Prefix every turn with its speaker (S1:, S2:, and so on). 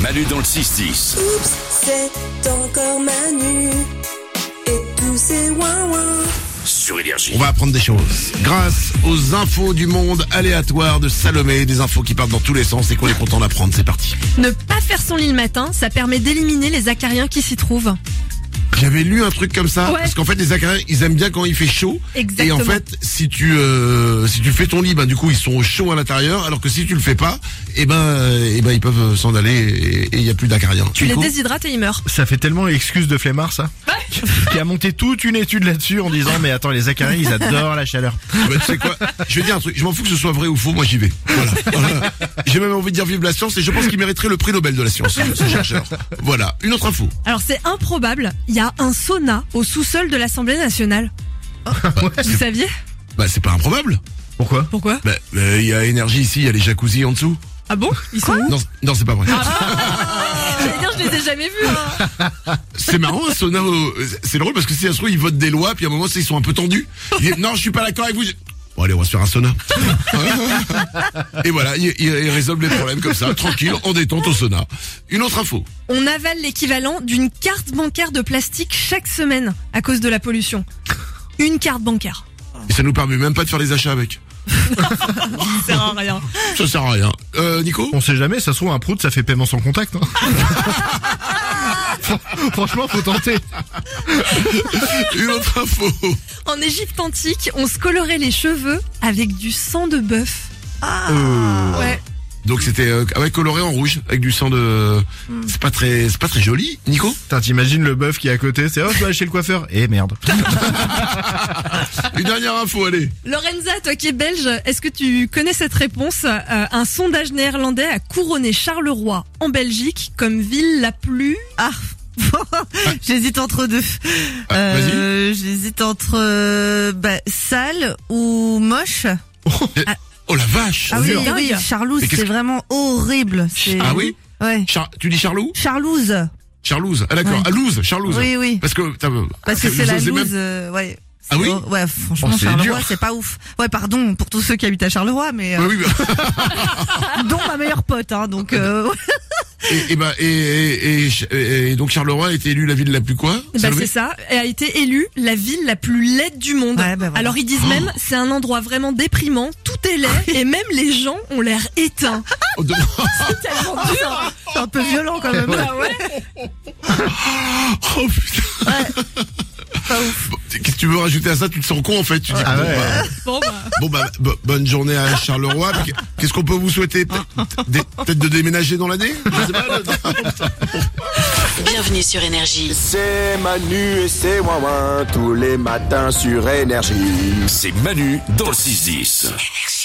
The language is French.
S1: Manu dans le 6-10.
S2: Oups, c'est encore Manu et tous ces ouin-ouin.
S1: Sur Énergie.
S3: On va apprendre des choses. Grâce aux infos du monde aléatoire de Salomé, des infos qui partent dans tous les sens et qu'on est content d'apprendre. C'est parti.
S4: Ne pas faire son lit le matin, ça permet d'éliminer les acariens qui s'y trouvent.
S3: J'avais lu un truc comme ça
S4: Ouais.
S3: parce qu'en fait les acariens ils aiment bien quand il fait chaud
S4: Exactement.
S3: et en fait si tu euh, si tu fais ton lit ben du coup ils sont chauds à l'intérieur alors que si tu le fais pas et ben euh, eh ben ils peuvent euh, s'en aller et et il y a plus d'acariens.
S4: Tu les déshydrates et ils meurent.
S5: Ça fait tellement excuse de flemmard, ça. Qui a monté toute une étude là-dessus en disant, mais attends, les acariens, ils adorent la chaleur.
S3: Ah bah, tu sais quoi Je vais dire un truc, je m'en fous que ce soit vrai ou faux, moi j'y vais. Voilà. Voilà. J'ai même envie de dire vive la science et je pense qu'il mériterait le prix Nobel de la science, ce chercheur. Voilà, une autre info.
S4: Alors c'est improbable, il y a un sauna au sous-sol de l'Assemblée nationale. Ah Vous saviez
S3: Bah c'est pas improbable.
S5: Pourquoi
S4: Pourquoi
S3: Bah euh, il y a énergie ici, il y a les jacuzzi en dessous.
S4: Ah bon Ils sont où
S3: Non, non c'est pas vrai.
S6: Ah.
S4: J'allais dire, je les ai jamais vus. hein.
S3: C'est marrant, un sauna au- c'est drôle parce que si ça se trouve ils votent des lois, puis à un moment c'est- ils sont un peu tendus. Ils disent, non, je suis pas d'accord avec vous. Bon allez, on va se faire un sauna. et voilà, ils ils- ils résolvent les problèmes comme ça, tranquille, en détente au sauna. Une autre info.
S4: On avale l'équivalent d'une carte bancaire de plastique chaque semaine à cause de la pollution. Une carte bancaire.
S3: Et ça nous permet même pas de faire les achats avec.
S4: Ça sert à Oh, rien.
S3: Ça sert à rien. Euh, Nico
S5: On sait jamais, ça se trouve, un prout, ça fait paiement sans contact. hein. Franchement, faut tenter.
S3: Une autre info.
S4: En Égypte antique, on se colorait les cheveux avec du sang de bœuf. Ah ouais.
S3: Donc c'était euh, ah ouais, coloré en rouge avec du sang de.
S6: Hmm.
S3: C'est pas très, c'est pas très joli, Nico.
S5: Putain, t'imagines le bœuf qui est à côté, c'est, oh, je dois aller chez le coiffeur. Eh merde.
S3: Une dernière info, allez.
S4: Lorenza, toi qui es belge, est-ce que tu connais cette réponse Euh, Un sondage néerlandais a couronné Charleroi en Belgique comme ville la plus... eh
S6: Ah J'hésite entre deux.
S3: Ah,
S6: Euh, J'hésite entre euh, bah, sale ou moche.
S3: Eh, Oh la vache.
S6: Ah oui,
S3: Dur.
S4: dingue.
S6: oui, Charlouse,
S3: Mais qu'est-ce
S6: c'est vraiment horrible. c'est-
S3: Ah oui
S6: Ouais.
S3: Char- Tu dis Charlou
S6: Charlouse.
S3: Charlouse. Ah d'accord.
S6: Ouais.
S3: Ah Louse, Charlouse.
S6: Oui, oui.
S3: Parce que t'as- euh,
S6: Parce que
S3: je
S6: c'est la
S3: sais même-
S6: loose. euh, ouais.
S3: Ah oui
S6: C'est- Ouais, franchement,
S5: Oh, c'est
S6: Charleroi,
S5: dur.
S6: c'est pas ouf. Ouais, pardon pour tous ceux qui habitent à Charleroi, mais
S3: Ah
S6: euh,
S3: oui, bah,
S6: dont ma meilleure pote, hein, donc euh,
S3: et, et bah, et, et, et- et donc Charleroi a été élue la ville la plus quoi
S4: Bah,
S3: Salomé
S4: c'est ça, et a été élue la ville la plus laide du monde.
S6: Ouais, bah, voilà.
S4: Alors ils disent même, c'est un endroit vraiment déprimant, tout est
S6: Ah
S4: laid, et même les gens ont l'air éteints.
S3: Oh, de-
S4: Tellement dur.
S6: c'est un peu violent quand même.
S4: Bah ouais.
S3: Oh, putain. Bon, Qu'est-ce que tu veux rajouter à ça Tu te sens con en fait. Tu dis,
S5: Ah
S3: bon,
S5: ouais.
S3: bah,
S4: Bon, bah,
S3: Bon bah bo- bonne journée à Charleroi. Puis, Qu'est-ce qu'on peut vous souhaiter Peut-être des- peut-être de déménager dans l'année Je sais pas, là.
S7: Bienvenue sur Énergie.
S8: C'est Manu et c'est Wawan tous les matins sur Énergie.
S1: C'est Manu dans le 6-10.